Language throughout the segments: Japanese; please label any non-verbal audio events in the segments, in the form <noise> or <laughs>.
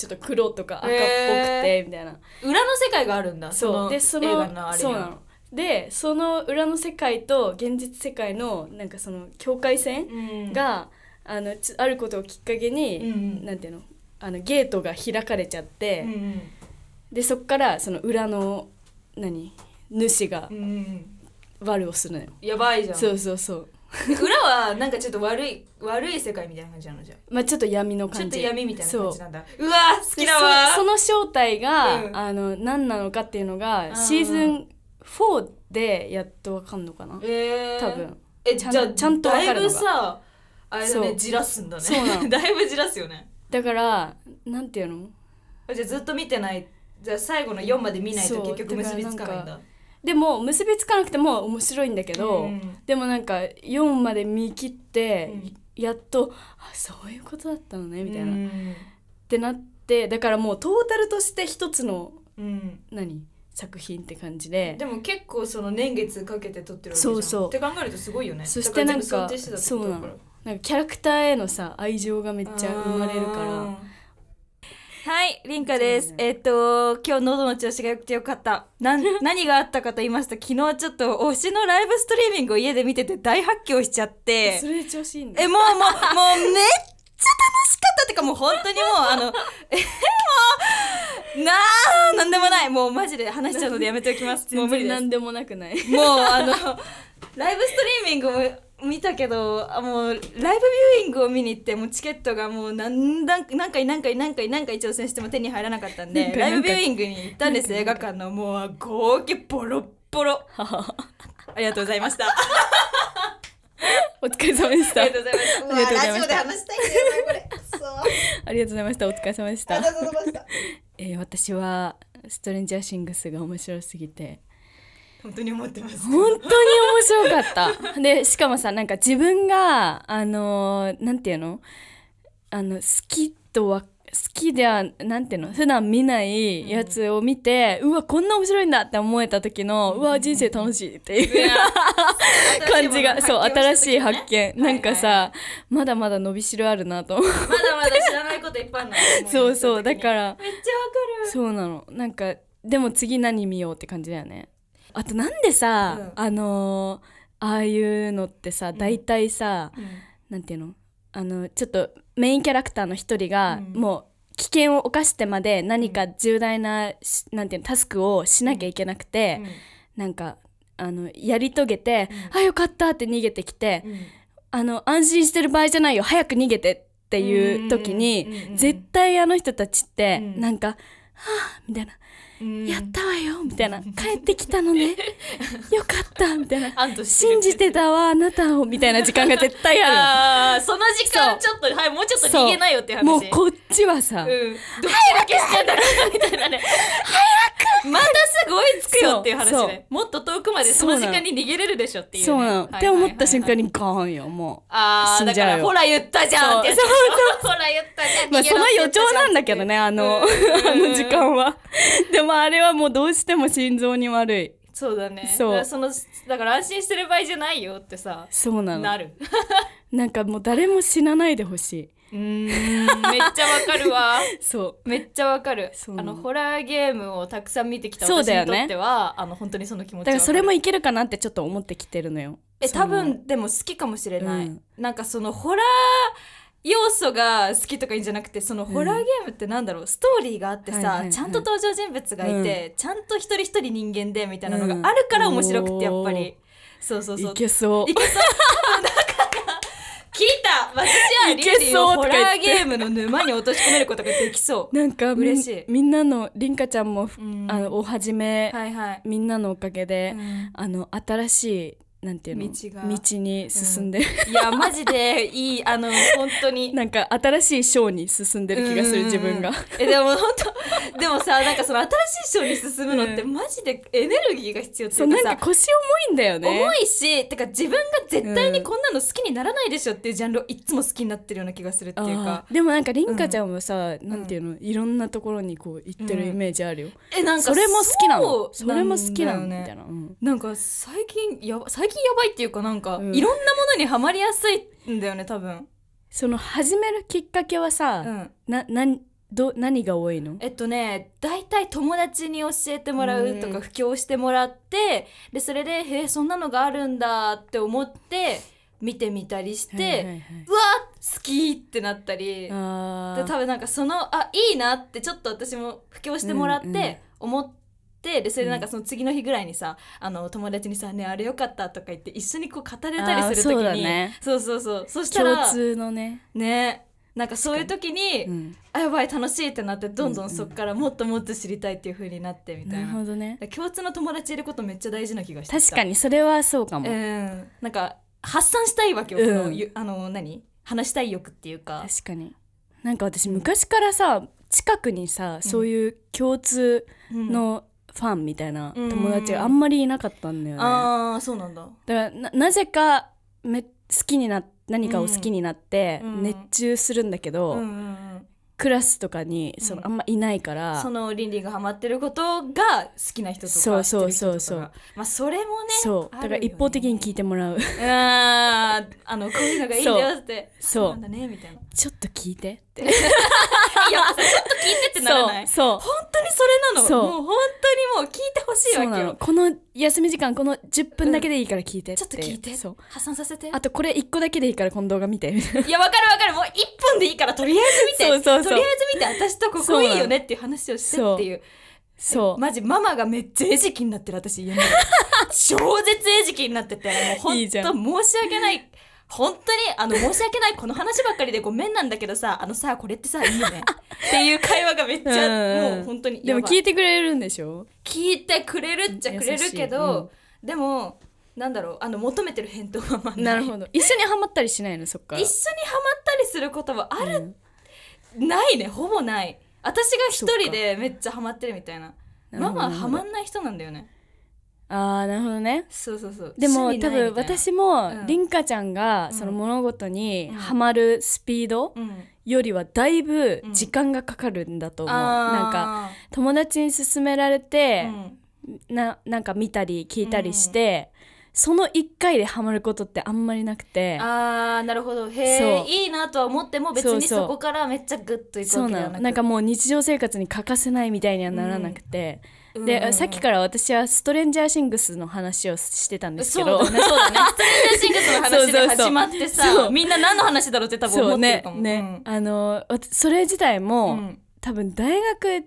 ちょっと黒とか赤っぽくてみたいな、裏の世界があるんだそうでその映画のあれそうなのでその裏の世界と現実世界のなんかその境界線うん、が、あのちあることをきっかけに、うんうんなんていうのあのゲートが開かれちゃっうて、んでそっからその裏の何主がうんうん、悪をするのよ、やばいじゃんそうそうそう裏はなんかちょっと悪い悪い世界みたいな感じなのじゃんまあちょっと闇のちょ感じっと闇みたいな感じそうなんだうわー好きだわでそーのその正体が、うんあの何なのかっていうのうがんシーズン4でやっとわかんのかなえー多分えちゃんじゃあちゃんとわかるのだがいぶさあれだそねうじらすんだねそうなの <laughs> だいぶじらすよねだからなんていうのあじゃあずっと見てないじゃあ最後の4まで見ないとそう結局結びつかないだんからなだでも結びつかなくても面白いんだけど、うんでもなんか4まで見切って、うんやっとあそういうことだったのねみたいな、うっんてなってだからもうトータルとして一つのうん何作品って感じででも結構その年月かけて撮ってるわけじゃんそうそうって考えるとすごいよねそしてなんかだら全部想定してたってことだからなんかキャラクターへのさ愛情がめっちゃ生まれるから。はい、リンカです。えっと、今日喉の調子が良くてよかった。 <laughs> なん、何があったかと言いますと、昨日ちょっと推しのライブストリーミングを家で見てて大発狂しちゃって。それで調子いいんだえ、もうもう、もうめっちゃ楽しかったってか、もう本当にもう、あ <laughs> の、えもう、なあ、なんでもない。もうマジで話しちゃうのでやめておき <laughs> ます。もう無理です。何でもなくない <laughs> もうあの <laughs> ライブストリーミングも見たけどあもうライブビューイングを見に行ってもうチケットがもう何段何回何回何回何回挑戦しても手に入らなかったんなんでかライブビューイングに行ったんです映画館のもう号泣ボロッボロありがとうござい <laughs> ましたあお疲れ様でしたありがとうございましたりがとうラございまジしオでた話したいんだよなこれ。そう。ありがとうございましたお疲れ様でしあたりがとうございました。 <laughs> えー私はストレンジャーシングスが面白すぎて本当に思ってます本当に面白かった <laughs> でしかもさなんか自分があのーなんていうのあの好きとは好きではなんていうの普段見ないやつを見て、うわこんな面白いんだって思えた時の、うわ人生楽しいっていう感じが <laughs> そう新しい発見なんかさ、はいまだまだ伸びしろあるなと思うまだまだ知らないこといっぱいあるのそうそうだから <laughs> らめっちゃわそうなのなんかでも次何見ようって感じだよねあとなんでさ、うあのーああいうのってさ大体さ、かるなんていうのあのちょっとメインキャラクターの一人が、うんもう危険を冒してまで何か重大なし、なんていうのタスクをしなきゃいけなくて、なんかあのやり遂げて、あよかったって逃げてきて、うんうんあの安心してる場合じゃないよ早く逃げてっていう時うんうんうんうんうにん絶対あの人たちってうんなんか「はあ」みたいなうん「やったわよ」みたいな「帰ってきたの <laughs> ねよかった」みたいな安「堵信じてたわあなたを」みたいな時間が絶対あ <laughs> あーその時そ間うちょっとはいもうちょっと逃げないよっていうる話のもうこっちはさ、うんどっちだけしてんだろうみたいなね早くまたすぐ追いつくよっていう話そうそうねもっと遠くまでその時間に逃げれるでしょっていうねそうなの、って思った瞬間ににゴーンよもあ死あんだじかゃうらよほら言ったじゃんってやつでしょ <laughs> ほら言ったじゃんうまあ逃げそろのって言予ったじゃ兆んなんだけどねあのあの時間はでもあれはもうどうしても心臓に悪いそうだねそうだからそのだから安心してる場合じゃないよってさそうなのなるなんかもう誰も死なないでほしうーんめっちゃわかるわいそう <laughs> めっちゃわかるそうあのホラーゲームをたくさん見てきたそう私だよにとねっては、あの本当にその気持ちだからそれもわかるいけるかなってちょっと思ってきてるのよ。えその多分でも好きかもしれない、うんなんかそのホラー要素が好きとかいいんじゃなくてそのホラーゲームってなんだろう、ストーリーがあってさ、はいはいはいちゃんと登場人物がいて、ちゃんと一人一人人間でみたいなのうんがあるから面白くてやっぱり、おーそうそうそういけそうい。けそうだから聞いた私はリいリけーそうをとホかラ言ってーゲームの沼に落とし込めることができそうなんかみん嬉しいみんなのりんかちゃんもふ、うんあのおはじめ、はいはいみんなのおかげで、あの新しいなんていうの道がに進んで、いやマジでいいあの本当 <laughs> になんか新しい章に進んでる気がすうんるうんうん自分が。えでも本当でもさなんかその新しい章に進むのってうマジでエネルギーが必要っ <laughs> てそいううかなんさか腰重いんだよね。重いしてか自分が絶対にこんなの好きにならないでしょっていうジャンルをいっつも好きになってるような気がするっていうかあーでもなんかりんかちゃんもさ、なんていうのいろんなところにこう行ってるイメージあるよ、えなんかそれも好きなのうそれも好きなのんだよみたいな、うんなんか最近やば最近やばいっていうかなんか、うんいろんなものにはまりやすいんだよね多分その始めるきっかけはさ、うんななんど何が多いのえっとね大体友達に教えてもらうとうかん布教してもらってでそれで「へえそんなのがあるんだ」って思って見てみたりして、はいはいはいうわ好きってなったりであー多分なんかそのあいいなってちょっと私も布教してもらっうんうんて思って。でそれでなんかその次の日ぐらいにさ、あの友達にさ「ねあれよかった」とか言って一緒にこう語れたりするあーそ時にうだね <laughs> そうそうそうそしたら共通のね、ねなんかそういう時に、うん、あやばい楽しいってなってどんどんそっからもっともっと知りたいっていう風になってみたないるな,、ほどね共通の友達いることめっちゃ大事な気がして確かににそれはそうかも、うんなんか発散したいわけよ、うんこのゆあの何話したい欲っていうか確かになんか私昔からさ近くにさ、そういう共通のファンみたいなうん友達があんまりいなかったんだよね、ああそうなんだだからななぜかめ好きにな何かを好きになってうん熱中するんだけど、うんうんうんクラスとかにその、うんあんまいないからその倫理がハマってることが好きな人とかそうそう知ってる人とかがそうそうまあそれもねそうだから一方的に聞いてても <laughs> らう <laughs> うーんあのこういうのがいいんだよってそうなんだねみたいなちょっと聞いてっていやちょっと聞いてってならないそう本当にそれなのそうもう本当にもう聞いてほしいそうそうわけなよのこの休み時間この10分だけでいいから聞いてって、ちょっと聞いてそう発散させていあとこれ1個だけでいいからこの動画見てみ <laughs> たいなやわかるわかるもう1分でいいからとりあえず見てそうそうそうとりあえず見て私とここいいよねっていう話をしてそうっていうそうマジママがめっちゃ餌食になってる私家の中超絶餌食になっててもう本いいじゃ当申し訳ない本当にあの申し訳ないこの話ばっかりでごめんなんだけどさあのさこれってさいいよ <laughs> ねっていう会話がめっちうんうんゃもう本当にでもやばい聞いてくれるんでし <laughs> ょ聞いてくれるっちゃくれるけど、でもなんだろうあの求めてる返答はまあなるどほど一緒にハマったりしないのそっから一緒にハマったりすることはある、ないねほぼない私が一人でめっちゃハマってるみたいななるマほどマはハマんない人なんだよねあーなるほどねそうそうそうでも多趣味ないみたい分な私もうんりんかちゃんがうんその物事にハマるスピードうんよりはだいぶうん時間がかかるんだと思う、あーなんか友達に勧められて、ななんか見たり聞いたりして、その1回でハマることってあんまりなくてうん、あーなるほどへそえういいなとは思っても別そうにそうそこからめっちゃグッといくそわうけでなはのなくなんかもう日常生活に欠かせないみたいにはならなくて、うんで、さっきから私はストレンジャーシングスの話をしてたんですけそうどだね、そう <laughs> だね。ストレンジャーシングスの話そうでそうそう始まってさ、そうみんな何の話だろうって多分 <laughs> そ思うってるねかも。ね、あのわそれ自体うも、んうん多分大学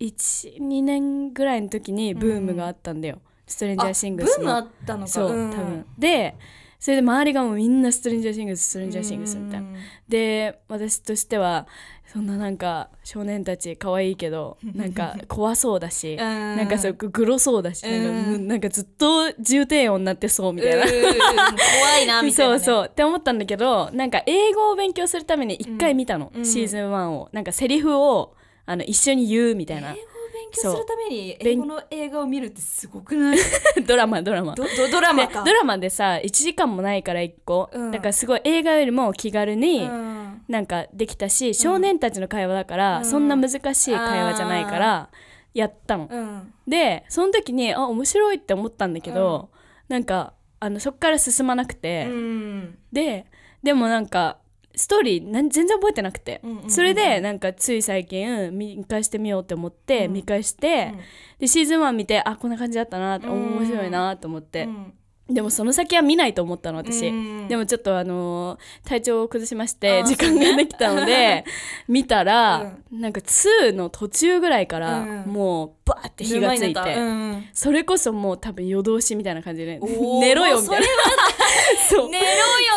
12年ぐらいの時にブームがあったんだよ、ストレンジャーシングスのあブームあったのか。そう、ん多分でそれで周りがもうみんなストレンジャーシングスストレンジャーシングスみたいな、うんで私としてはそんななんか少年たち可愛いけ <laughs> どなんか怖そうだし、うんなんかすごくグロそうだし、なんかうんむなんかずっと重低音になってそうみたいなう。ーん怖いなみたいそなね。うそうって思ったんだけどなんか英語を勉強するために一回見たの、うんシーズン1をなんかセリフをあの一緒に言うみたい英語をな勉強するために勉英語の映画を見るってすごくない？ <laughs> ドラマドラマどどドラマでか。ドラマでさ1時間もないから1個、うんだからすごい映画よりも気軽にうんなんかできたし、少年たちの会話だから、うんそんな難しい会話じゃないからやったの、うん。でその時にあ面白いって思ったんだけど、なんかあのそっから進まなくて、うん。ででもなんかストーリーなん全然覚えてなくて、うんうんうんそれでなんかつい最近見返してみようって思ってうん見返して、うんでシーズン1見てあこんな感じだったなってうん面白いなと思ってう、んでもその先は見ないと思ったの私、うんでもちょっとあのー体調を崩しましてあー時間ができたので見たら、なんか2の途中ぐらいから、うんもうバーって火がついて、沼になったうんそれこそもう多分夜通しみたいな感じでお <laughs> ー寝ろよみたいなもそう寝ろよ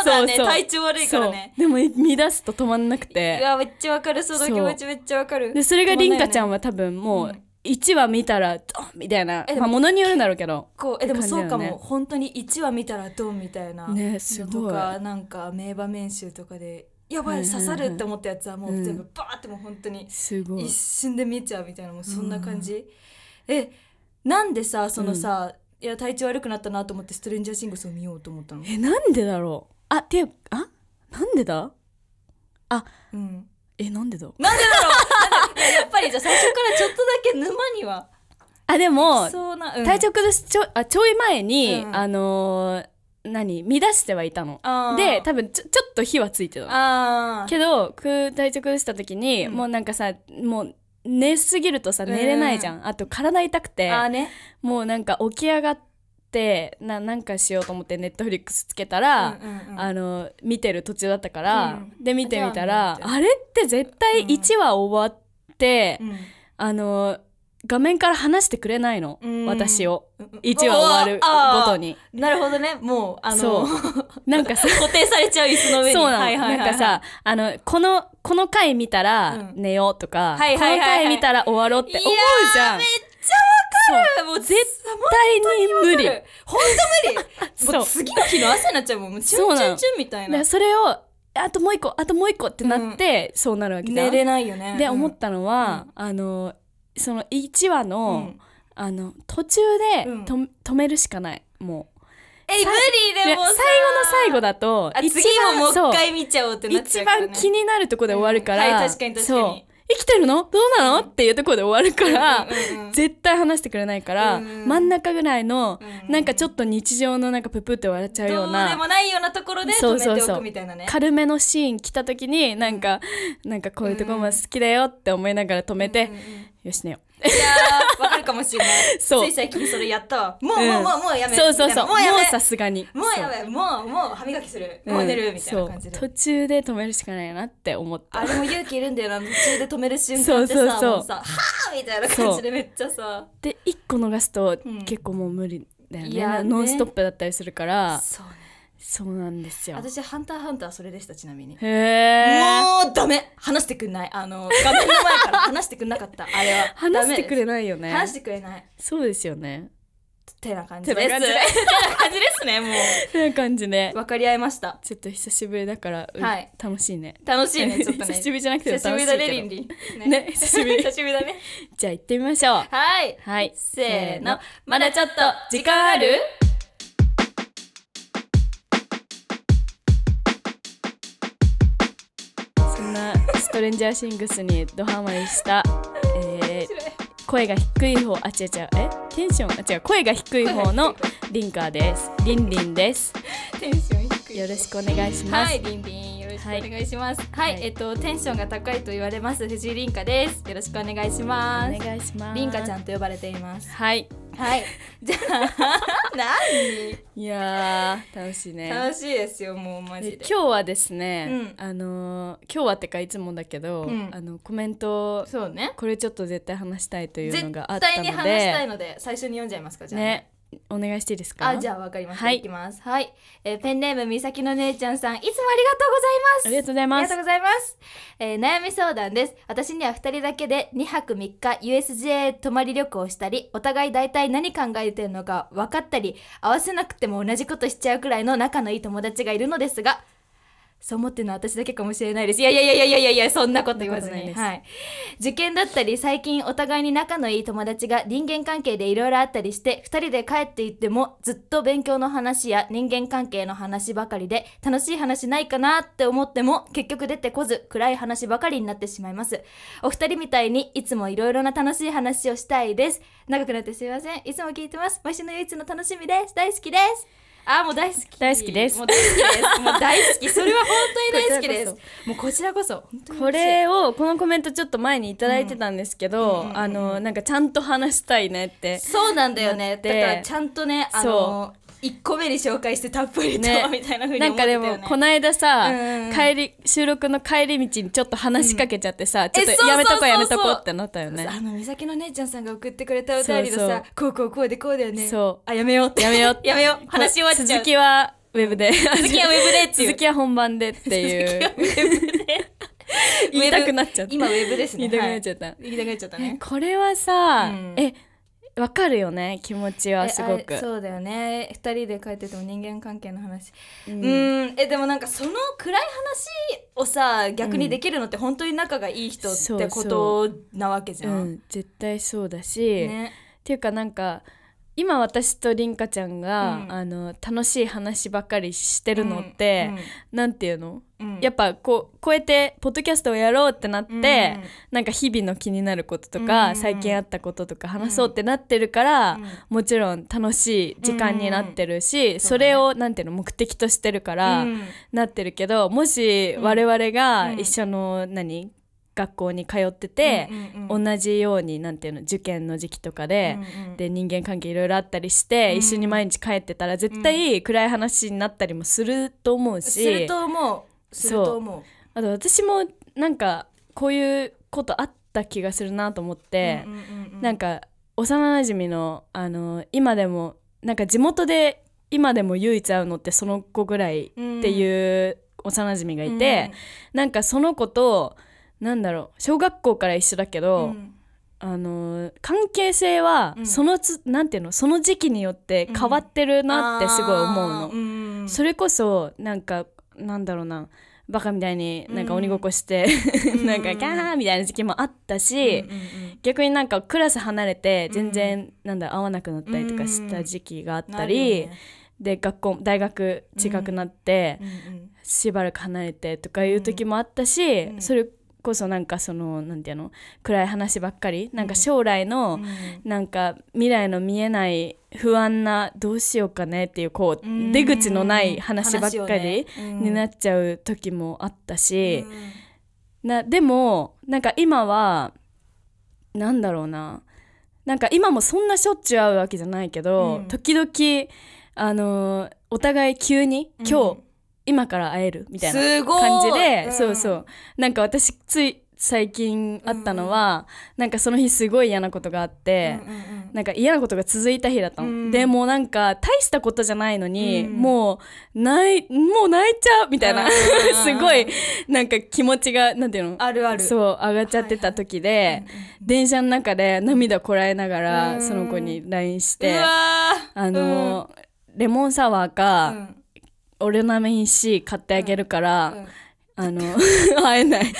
だねそうそう体調悪いからねそうでも見出すと止まんなくいてやめっちゃわかるその気持ちめっちゃわかるでそれがりんかちゃんはは多分もううん1話見たらドンみたいなえでまあもものによるんだろうけどこうえでもそうか感も、じだよね本当に1話見たらどうみたいなねすごいのとかなんか名場面集とかでやばうんういんうん刺さるって思ったやつはもうう全部バーってもう本当にすごい一瞬で見ちゃうみたいなもうそんな感じ、えなんでさそのさ、いや体調悪くなったなと思ってストレンジャーシングスを見ようと思ったの、えなんでだろうあていうあなんでだうん、えなんでだなんでだろうなんでいややっぱりじゃあ最初からちょっとだけ沼にはあでもそうな、うん体調崩すちょあちょい前に、うんあのー何乱してはいたのあーで多分ちょちょっと火はついてたのあけど空体調崩した時に、うんもうなんかさもう寝すぎるとさ寝れないじゃん、あと体痛くてああーねもうなんか起き上がってななんかしようと思ってネットフリックスつけたら、うんうんうんあの見てる途中だったから、うで見てみたあらじゃあれって絶対うん1話終わって、うんあの画面から離してくれないの、うん私をうんうん1話終わるうわあーごとになるほどねもうあそのうなんかさ固定されちゃう椅子 <laughs> の上にそうなの、はいはいはいなんかさあのこのこの回見たらうん寝ようとか、はいはいはいはこいの回見たら終わろうって思うじゃんいやーめっ絶もう絶対に無理だか本当無理も <laughs> そうう次の日の朝になっちゃうもんもうチュンチそうなュンのチュンみたいならそれをあともう一個あともう一個ってなって、そうなるわけじゃ寝んれないよねで思ったのは、あのその1話うんの,、うんあの途中でうんと止めるしかないもうえ無理いでやも最後のさ最後だとあ一次番ももう一そう回見ちゃおうってなっちゃ一うから、ね、番気になるとこで終わるから、うんはい確かに確かにそう生きてるのどうなのっていうとこで終わるから、うんうんうん絶対話してくれないから、うん真ん中ぐらいの、うんなんかちょっと日常のなんかププって笑っちゃうようどうでなもないようなところでそ止うそうそうめておくみたいなね軽めのシーン来た時になんか、なんかこういうとこも好きだよって思いながら止めて、うんうんうんよし寝よういやーわかるかもしれな <laughs> いそうつい最近それやったわもう、んもうもうもうやめそうそうそうみたいなもうやもうめさすがにもうやめもうもう歯磨きする、そうもううん寝るみたいな感じでそう途中で止めるしかないなって思ったあれも勇気いるんだよな途中で止める瞬間ってさそうそうそうもうさはあみたいな感じでめっちゃさで1個逃すと、うん結構もう無理だよねいやーねノンストップだったりするからそうねそうなんですよ私ハンターハンターそれでしたちなみにへえもうダメ話してくんないあの画面の前から話してくんなかったあれは話してくれないないよね話してくれないそうですよねてな感じですてな感じで <laughs> てな感じですねもってな感じ <laughs> ねう分かり合いましたちょっと久しぶりだから、うんはい楽しいね。楽しいねちょっとね <laughs> 久しぶりじゃなくても <laughs> 久し楽しぶりいけだどねリンリンね久しぶり <laughs> 久しぶりだねじゃあ行ってみましょう。はいはい。せーのまだちょっと時間あるそんなストレンジャーシングスにドハマりした、えー声が低い方、あ、違う違う、えテンション、あ、違う、声が低い方のリンカーです。リンリンです。テンション低いよろしくお願いします。はいリンリンよろしくお願いしますはい、はいえっとテンションが高いと言われます藤井凛香ですよろしくお願いしまおす願いします。凛香ちゃんと呼ばれていますはい。はい <laughs> じゃあ何いやー、楽しいね。 <laughs> 楽しいですよもうマジでで今日はですね、うあのー今日はってかいつもだけど、うんあのコメントそうねこれちょっと絶対話したいというの絶があった対のにで話したいので最初に読んじゃいますかじゃあねお願いしていいですかあじゃあわかりました、はいい、きますはい、えーペンネームみさきの姉ちゃんさんいつもありがとうごあざいますりがとうございありまがすとうございます、えー悩み相談です私には2人だけで2泊3日 USJ 泊まり旅行をしたりお互い大体何考えてるのか分かったり合わせなくても同じことしちゃうくらいの仲のいい友達がいるのですがそう思ってるのは私だけかもしれないですいやいやいやいやいやいやそんなこと言わずそんなことなにいですはい受験だったり最近お互いに仲のいい友達が人間関係でいろいろあったりして2人で帰っていってもずっと勉強の話や人間関係の話ばかりで楽しい話ないかなって思っても結局出てこず暗い話ばかりになってしまいますお二人みたいにいつもいろいろな楽しい話をしたいです長くなってすいませんいつも聞いてます毎週の唯一の楽しみです大好きですあーもう大好き大好きですもう大好きですもう大好きそれは本当に大好きでこちらすこも <laughs> うこちらこそ本当にこれをこのコメントちょっと前にいただいてたんですけど、あのなんかちゃんと話したいねってそうなんだよねなっだてからちゃんとねあの1個目に紹介してたっぷりと、ねみたいな風にな思んっかてたでよ、ね、もこの間さ、うんうん帰り収録の帰り道にちょっと話しかけちゃってさ、ちょえっそうとそうやめとこうやめとそこううそうってなったよねあの美咲の姉ちゃんさんが送ってくれたお便りのさそうそうこうこうこうでこうだよねそうあやめようってやめようってやめよう <laughs> 話終わっちゃう続きはウェブで続きはウェブでっていう続きは本番でっていう言いたくなっちゃった今ウェブです言ねいたくなっちゃった、はい言いたくなっちゃったねこれはさ、うんえわかるよね気持ちはすごえあくそうだよね二人で帰ってても人間関係の話ううんんえでもなんかその暗い話をさ逆にできるのって本当に仲がいい人ってことなわけじゃん、うん絶対そうだし、ねっていうかなんか今私とりんかちゃんが、うんあの楽しい話ばっかりしてるのって、なんていうの、うん、うんやっぱこうこうやってポッドキャストをやろうってなって、うんなんか日々の気になることとうんうか、んうん最近あったこととか話そうってなってるから、うんもちろん楽しい時間になってるし、んそれをなんていうの目的としてるから、うんなってるけどもしうん我々がうん一緒の何学校に通ってて、うんうん同じようになんていうの受験の時期とかで、うんうんで人間関係いろいろあったりして、うん一緒に毎日帰ってたら絶対暗い話になったりもすると思うすし、ると思うすると思うあと私もなんかこういうことあった気がするなと思って、うんうんうんなんか幼馴染のあの今でもなんか地元で今でも唯一会うのってその子ぐらいっていう幼馴染がいて、なんかその子となんだろう小学校から一緒だけうど、んうんあの関係性はうんそのつ、なんていうのその時期によって変わってるなってすごい思うの。あーんうんそれこそなんかなんだろうなバカみたいになんか鬼ごっこして、<laughs> んなんかキャーみたいな時期もあったし、うんうん逆になんかクラス離れて全然なんだ合わなくなったりとかした時期があっうんたり、で学校大学違くなって、なるよねうんうんしばらく離れてとかいう時もあったし、うんそれこそなんかそのなんていうの暗い話ばっかりなんか将来の、なんか未来の見えない不安などうしようかねっていうこうんうんう出口のない話ばっかり話をねうんになっちゃう時もあったしう、んなでもなんか今はなんだろうななんか今もそんなしょっちゅう会うわけじゃないけど、うん時々あのーお互い急に「今日、うん今から会える」みたいなすごい感じで、んそうそうなんか私つい最近あったのは、なんかその日すごい嫌なことがあっうんてう、んなんか嫌なことが続いた日だったの、うんでもうなんか大したことじゃないのに、うんもうないもう泣いちゃうみたいな、うん <laughs> すごいなんか気持ちがなんていうのあるあるそう上がっちゃってた時で、電車の中で涙こらえながら、うんその子に LINE しうてわーあの、レモンサワーうか、んうんオルナメイン C 買ってあげるから、うんあの <laughs> 会えない <laughs> なん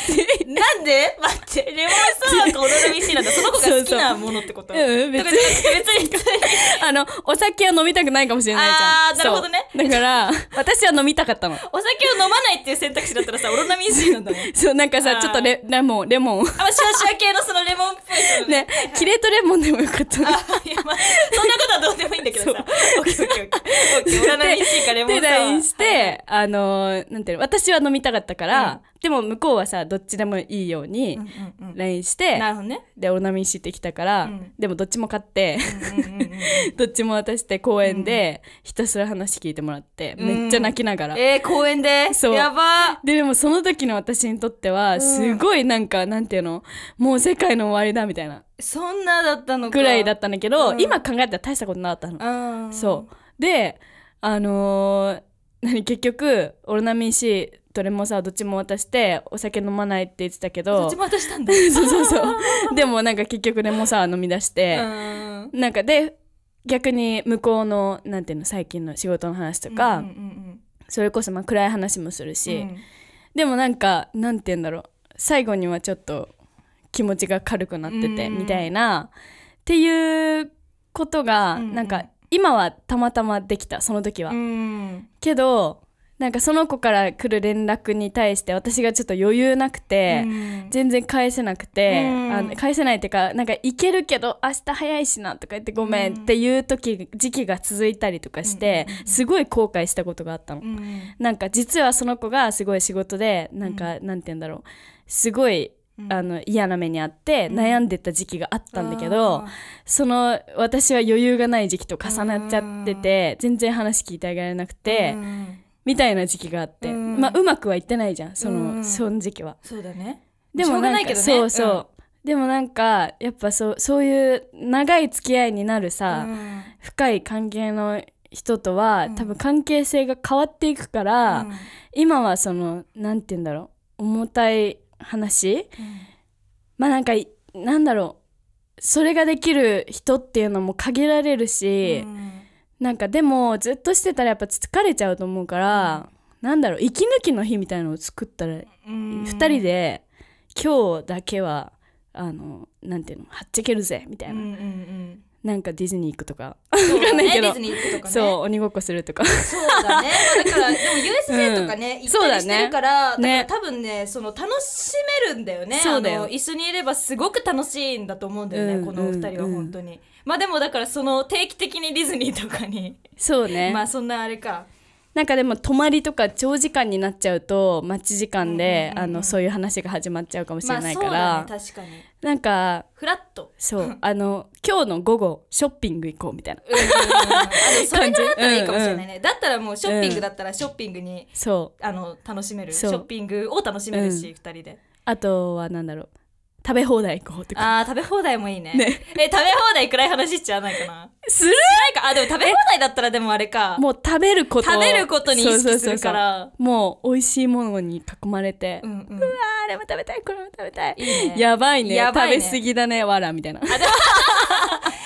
で待って、レモンサワーかオロルミシーなんだ。その子が好きなものってことうん別に別に。別にあのお酒は飲みたくないかもしれないじゃんあーなるほどねそうだ <laughs> から私は飲みたかったのお酒を飲まないっていう選択肢だったらさ、オロナミン C なんだも <laughs> ん。あ、そうなんかあさーちょっとレレモンレモンまあ、シュワシュワ系のそのレモンっぽいその。ねキレートレモンでもよかったなあいやまあそんなことはどうでもいいんだけどさ。オッケーオッケーオッケー。オッケー、オロナミン C かレモでンサワ LINE ー。して、あのーなんていうの私は飲みたかったから、でも向こうはさどっちでもいいようにうんうんうん LINE して、なるほどね。でオロナミン C ってきたから、うんでもどっちも買って、うんうんうんうん <laughs> どっちも渡して公園でひたすら話聞いてもらって、うんめっちゃ泣きながら、えー、公園でそうやばででもその時の私にとってはすごいなんか、なんていうのもう世界の終わりだみたいなそんなだったのか。ぐらいだったんだけど、うん今考えたら大したことなかったの。うん。そうであのー何結局オロナミン C とレモンサワーどっちも渡してお酒飲まないって言ってたけどどっちも渡したんだ。 <laughs> そうそう <laughs> そうでもなんか結局レモンサワー飲み出して、ん。なんかで逆に向こうのなんていうの最近の仕事の話とか、うんうんうんそれこそまあ暗い話もするし、うんでもなんかなんて言うんだろう最後にはちょっと気持ちが軽くなってて、うんみたいなっていうことが、うんなんか今はたまたまできたその時は、うんけどなんかその子から来る連絡に対して私がちょっと余裕なくて、うん全然返せなくて、うんあの返せないっていうかなんか行けるけど明日早いしなとか言ってごめんっていう時時期が続いたりとかして、すごい後悔したことがあったの。うんなんか実はその子がすごい仕事でなんか、なんて言うんだろうすごい、うんあの嫌な目にあってうん悩んでた時期があったんだけど、その私は余裕がない時期と重なっちゃってて、全然話聞いてあげられなくて、うんみたいな時期があって、うんまあうまくはいってないじゃんその、うんその時期は。そうだねでもしょうがななんいけかどねそうそう、でもなんかやっぱそうそういう長い付き合いになるうさ、ん深い関係の人とは、うん多分関係性が変わっていくから、今はそのなんて言うんだろう重たい話まあなんかいなんだろうそれができる人っていうのも限られるし、なんかでもずっとしてたらやっぱ疲れちゃうと思うから、なんだろう息抜きの日みたいのを作ったら二2人で今日だけはあのなんていうのはっちゃけるぜみたいな、なんかディズニー行くとかそうだかんないねけデどィズニー行くとかねそう鬼ごっこするとか <laughs> そうだね。まあだから、でも USJ とかね、うん行ったりしてるから、そうだねだから多分ね、その楽しめるんだよね。そうだよあの一緒にいればすごく楽しいんだと思うんだよね、うんこのお二人は本当に。まあでもだから、その定期的にディズニーとかに、そうね、まあそんなあれか。なんかでも泊まりとか長時間になっちゃうと待ち時間で、うんうんうんうんあのそういう話が始まっちゃうかもしまれあないそかうら、だね、確かに。なんかフラット。そう <laughs> あの今日の午後ショッピング行こうみた <laughs> いなうんうんうんあのそれぐらいだったらいいかもしれ感じないね。だったらもうショッピングだったらショッピングに、そうあの、楽しめる。シそうョッピングを楽しめるし、う二人で。あとはなんだろう食べ放題行こうとかあー食べ放題もいいね。ねえ、食べ放題暗い話しちゃわないかな。するなんか、あ、でも食べ放題だったらでもあれか。もう食べることを食べることに意そうそ識うすそうそうるから。もう美味しいものに囲まれて、うあんうん。ーあれも食べたいこれも食べたいいいね。やばいねやばいね食べ過ぎだねわらみたいな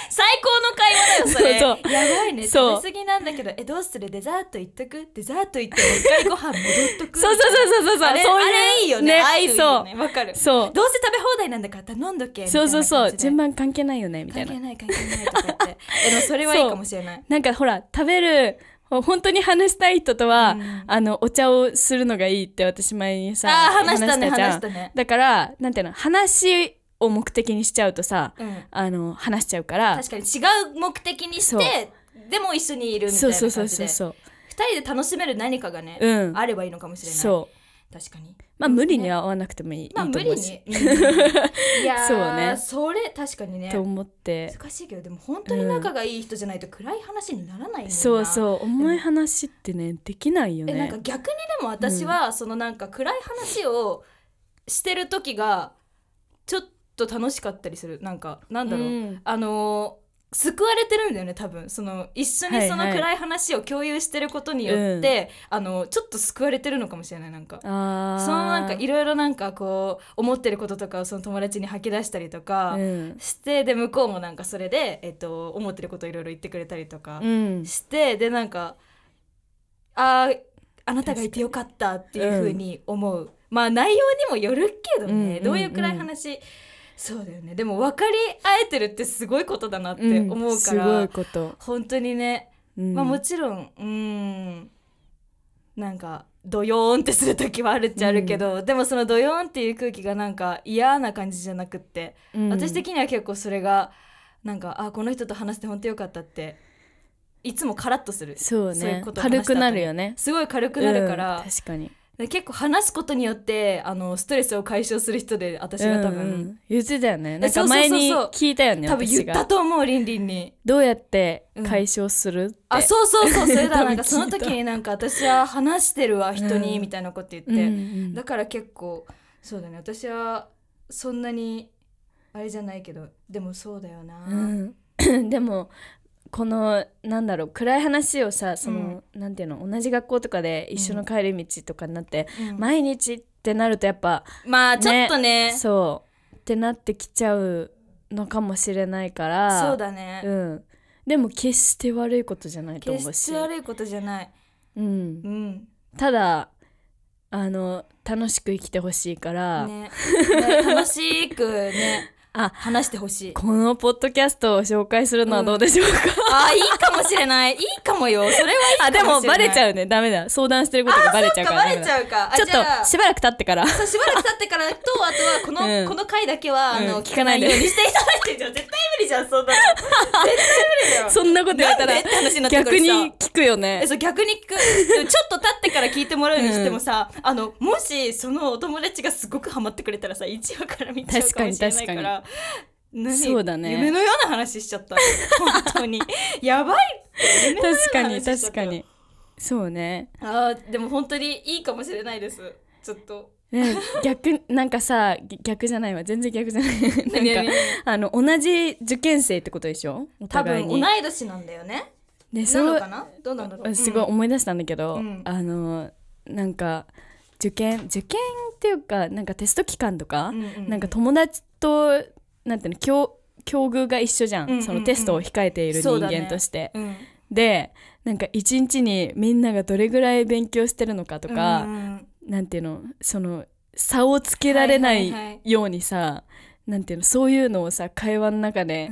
最高の会話だそよ、うそれ。やばいね。そう食べ過ぎなんだけど、え、どうするデザート行っとくデザート行って、もう一回ご飯戻っとくそうそうそうそうそうあれそういうあれいいよね。ねああいうのいいよね。わかる。そうどうせ食べ放題なんだから頼んどけ。そうそうそう順番番関係ないよねみたい関な係ない関係ないとか <laughs> 言って。え、でもそれはいいかもしれない。なんかほら食べるほ本当に話したい人とは、うんあのお茶をするのがいいって私前にさあー話したねじゃん話したねだからなんていうの話を目的にしちゃうとさ、うん。あの話しちゃうから確かに違う目的にしそうてでも一緒にいるみたそいうなそ感うそうじそでうそう二人で楽しめる何かがね、うんあればいいのかもしれないそう確かにまあ無理にねは合わなくてもいい,、まあいいと無思う理にし、うん <laughs> いやーそうねそれ確かにねと思って難しいけどでも本当に仲がいい人じゃないと暗い話にならないもんなそうそう重い話ってねできないよえなんかね逆にでも私はそのなんか暗い話をしてる時がちょっと楽しかったりするなんかなんだろう、うんあのー救われてるんだよね多分その一緒にそのはいはい暗い話を共有してることによって、あのちょっと救われてるのかもしれないなんかあーそのなんかいろいろなんかこう思ってることとかをその友達に吐き出したりとかうんして、で向こうもなんかそれで、えっと、思ってることをいろいろ言ってくれたりとかうんして、でなんかあーあなたがいてよかったっていうふうに思う、まあ内容にもよるけどね、うんうんうんどういう暗い話そうだよねでも分かり合えてるってすごいことだなってうん思うかすら、ごいこと、本当にね、うんまあもちろんうんなんかドヨーンってする時はあるっちゃあるけど、でもそのドヨーンっていう空気がなんか嫌な感じじゃなくって、うん私的には結構それがなんかあこの人と話して本当よかったっていつもカラッとするそうねいうことを話軽した後くになるよねすごい軽くなるからうん、確かにで結構話すことによってあのストレスを解消する人で私は多分、うんうん言ってたよねなんそうかそうそう前そうに聞いたよね多分言私ったがと思うリンリンに。どうやって解消するって、あそう <laughs> そうそうそれだ多分な聞んかいたその時になんか私は話してるわ人に、うんみたいなこと言って、うんうんだから結構そうだね私はそんなにあれじゃないけどでもそうだよな、うんでもこのなんだろう暗い話をさその、なんていうの同じ学校とかで一緒の帰り道とかになって、うん毎日ってなるとやっぱ、まあちょっとねそそうってなってきちゃうのかもしれないからうだね、うん、でも決して悪いことじゃないと思うし決して悪いことじゃない、うんう、んただあの楽しく生きてほしいから、ね、ね楽しくね <laughs> あ話してほしいこのポッドキャストを紹介するのはどうでしょうか、あいいかもしれないいいか <laughs> もよそれはいあいかでももしれなバいレちうゃうねダメだ相談してることがバレちゃうからバレちゃうかあちょっじゃあとしばらく経ってからそうしばらく経ってからとあとはこの、うんこの回だけはあうの、ん <laughs> 聞かないようにしていただいてじゃん絶対無理じゃんそんなの絶対無理だ <laughs> よそんなこと言われたならんでって話になってく逆るしにさ聞くよえねそう逆に聞くでもちょっと経ってから聞いてもらうにしてもさ、あのもしそのお友達がすごくハマってくれたらさ一話から見ちゃうかもしれないから何そうだね夢のような話しちゃった <laughs> 本当にやばいって夢のよ確うかなに話しちゃ確ったかよにそうねあーでも本当にいいかもしれないですちょっとね逆なんかさ逆じゃないわ全然逆じゃない何なん何かあの同じ受験生ってことでしょお多互い分同にい年なんだよねねなのそうかなどうなんだろう、すごい思い出したんだけど、うんあのなんか受験受験っていうかなんかテスト期間とか、うんうんなんか友達となんていうの境境遇が一緒じゃん,、うんうんうんそのテストを控えている人間として。うんでなんか一日にみんながどれぐらい勉強してるのかとか、うんうんなんていうのその差をつけられなはいはいはいいようにさ、なんていうのそういうのをさ会話の中で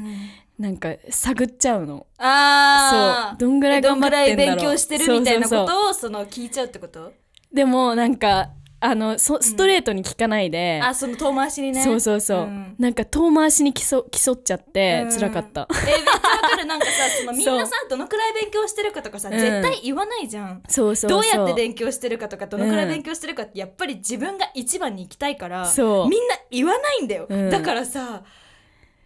う、んなんか探っちゃうのそあうーどんぐらいどん頑張ぐってんだらろうい勉強してるみたいなこそうそうとをその聞いちゃうってことでもなんかあのそストレートに聞かないで、あその遠回しにねそうそうそう、んなんか遠回しに競競っちゃってうん辛か <laughs> った、えーめっちゃわかるなんかさそのみんなさそどのくらい勉強してるかとかさ、うん絶対言わないじゃんそうそうそうどうやって勉強してるかとかどのくらいうん勉強してるかってやっぱり自分が一番に行きたいから、そうみんな言わないんだよ、うんだからさ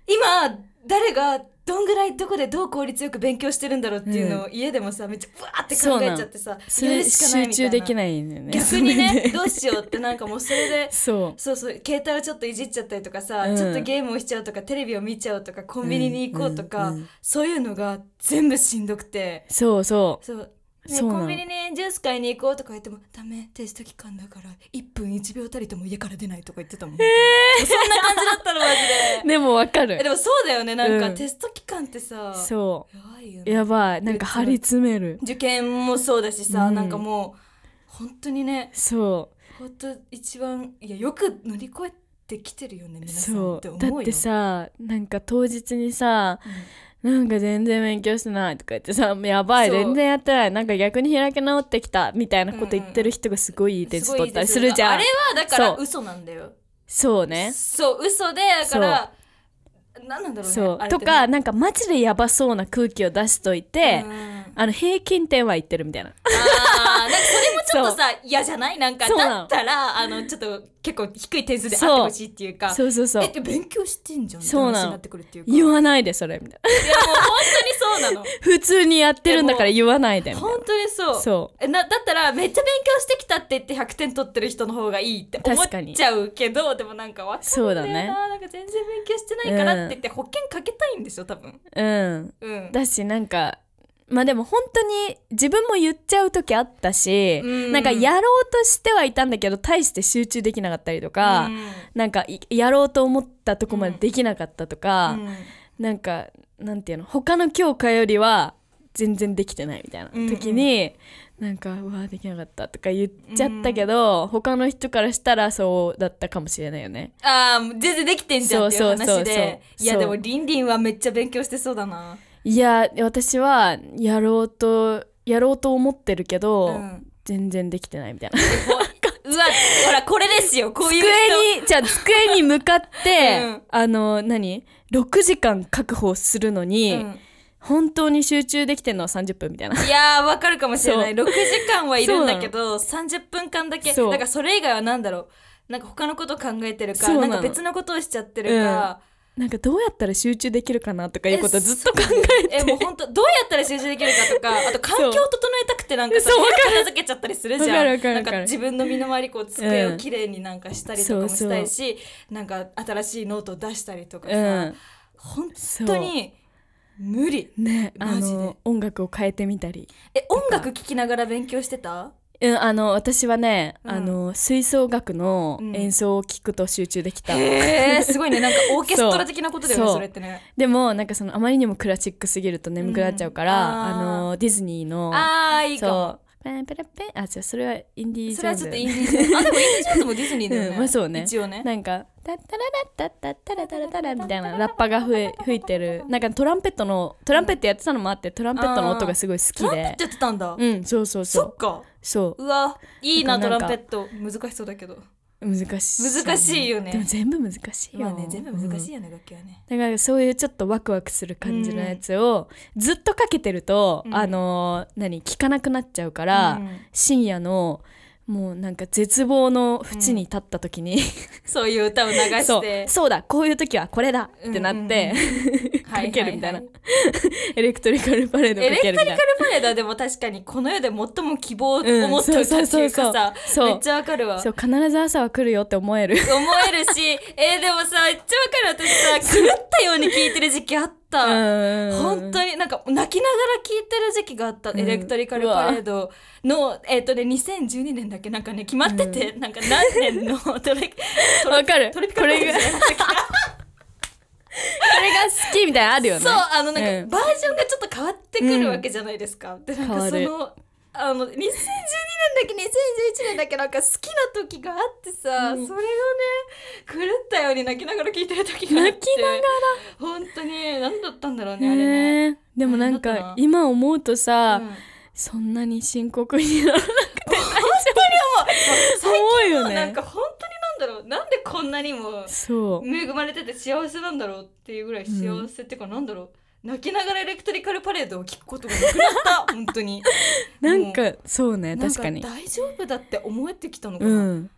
今誰がどんぐらいどこでどう効率よく勉強してるんだろうっていうのを家でもさめっちゃブワーって考えちゃってさそやれるしかない集みたいな中できないん <laughs> だよね逆にそれねでどうしようってなんかもうそれ <laughs> でそうそうそう携帯をちょっといじっちゃったりとかさ、うんちょっとゲームをしちゃうとかテレビを見ちゃうとかコンビニに行こうとか、うんうんうんそういうのが全部しんどくてそうそうそう、ねそうなのコンビニにジュース買いに行こうとか言ってもダメテスト期間だから1分1秒たりとも家から出ないとか言ってたもん、そんな感じだったのマジ <laughs> ででもわかるえでもそうだよねなんうか、んテスト期間ってさそやばいようねやばいなんか張り詰める受験もそうだしさ、うんなんかもう本当にねそ本当一番いやよく乗り越えてきてるよねう皆さんそって思ううだよってさなんか当日にさなんか全然勉強してないとか言ってさやばいそう全然やってないなんか逆に開き直ってきたみたいなこと言ってる人がすごいいい点数取ったりするじゃんあれはだからそう嘘なんだよそうねそう嘘でだから何なんだろうねそうあれってとねかなんかマジでやばそうな空気を出しといてうんあーあの平均点は言ってるみたいななんかそれもちょっとさ嫌じゃないなんかそうなのだったらあのちょっと結構低い点数であってほしいっていうかそうそうそうえ勉強してんじゃんってそうなの話になってくるっていうかいや言もうわないでそれみたいな本当にそうな <laughs> の普通にやってるんだから言わないでみたいな本当にそうそうえなだったらめっちゃ勉強してきたって言って100点取ってる人の方がいいって思っ確かにちゃうけどでもなんかわかそうんなだいな,、ねなんか全然勉強してないからって言って保険かけたいんでしょ多分うんうんだしなんかまあでも本当に自分も言っちゃう時あったし、うんなんかやろうとしてはいたんだけど大して集中できなかったりとか、うんなんかいやろうと思ったとこまでできなかったとか、うんなんかなんていうの他の教科よりは全然できてないみたいなうんうん時に、なんかうわできなかったとか言っちゃったけど、他の人からしたらそうだったかもしれないよねああ全然できてんじゃんっていう話でそうそうそうそういやでもそうリンリンはめっちゃ勉強してそうだないや私はやろうとやろうと思ってるけうど、ん全然できてないみたいなうわほらこれですよこういう人机にじゃあ机に向かって、うんあの何6時間確保するのに、本当に集中できてるのは30分みたいな <laughs> うんいやーわかるかもしれない6時間はいるんだそうなのけど30分間だけそうなんかそれ以外は何だろうなんか他のこと考えてるかそうななのんか別のことをしちゃってるか、なんかどうやったら集中できるかなとかえいうことずっと考えてえもう本当どうやったら集中できるかと <laughs> かあと環境を整えたくてなんかさそうわ部屋片付けちゃったりするじゃんわかるわかるわかるなんか自分の身の回りこう机をきれいになんかしたりとかもしたいし、なんか新しいノートを出したりとかさ、うん本そう当に無理ねあマジでの音楽を変えてみたり、え音楽聴きながら勉強してたうん、あの私はね、うんあの吹奏楽のうん演奏を聞くと集中できた、へえすごいねなんかオーケストラ的なことだよねそそうれってねでもなんかそのあまりにもクラシックすぎると眠くなっちゃうから、うんああーのディズニーのああいいかもそうペンペラペンあじゃそれはインディージそれョーはンズちょっとインディーズあでもインディージョーンズもディズニーだよね、 <laughs> うんまあそうね一応ねなんか「タッタララッタッタッタラタラタラ」みたいなラッパが吹い吹いてるなんかトランペットのトランペットやってたのもあってトランペットの音がすごい好トラきンペッでトやってたんだ、うんそうそうそそっうかそうわいいななトんかランペット難しそうだけどう難しい難しいよねでも全部難しいよまあね全部難しいいよね、楽器はねだからそういうちょっとワクワクする感じのやつをずっとかけてると、うんあのー何聞かなくなっちゃうから、うん深夜のもうなんか絶望の淵に立った時に、そういう歌を流してそうそうだこういう時はこれだってなって、はいはいはかいけるみたいな <laughs> エレクトリカルパレードかエレクけトるみリカルたいなパレードはでも確かにこの世で最も希望をうん持って歌っていうそうそうそかさ、うそうめっちゃわかるわそう必ず朝は来るよって思える思えるしえーでもさめっちゃわかる私さ狂ったように聴いてる時期あった、本本当になんか泣きながら聴いてる時期があった、んエレクトリカルパレードのえっ、とね2012年だっけなんかね決まってて、なんか何年のトレトレ <laughs> わかるトレピカルパレ <laughs> ードじゃなくてこれが好きみたいなのあるよねそうあのなんか、うんバージョンがちょっと変わってくるわけじゃないですか、でなんかそ変わのあの2012年だけ2011年だけなんか好きな時があってさ、それをね狂ったように泣きながら聞いてる時があって泣きながら本当に何だったんだろうねあれね、ねえでもなんあれだったなか今思うとさ、うんそんなに深刻にならなくて <laughs> 大丈夫思うよねなんか本当になんだろうなんでこんなにもそう恵まれてて幸せなんだろうっていうぐらい幸せっていうかなんだろう、泣きながらエレクトリカルパレードを聞くことがなくなった本当になんかそうね <laughs> なん確かに大丈夫だって思えてきたのかな、うん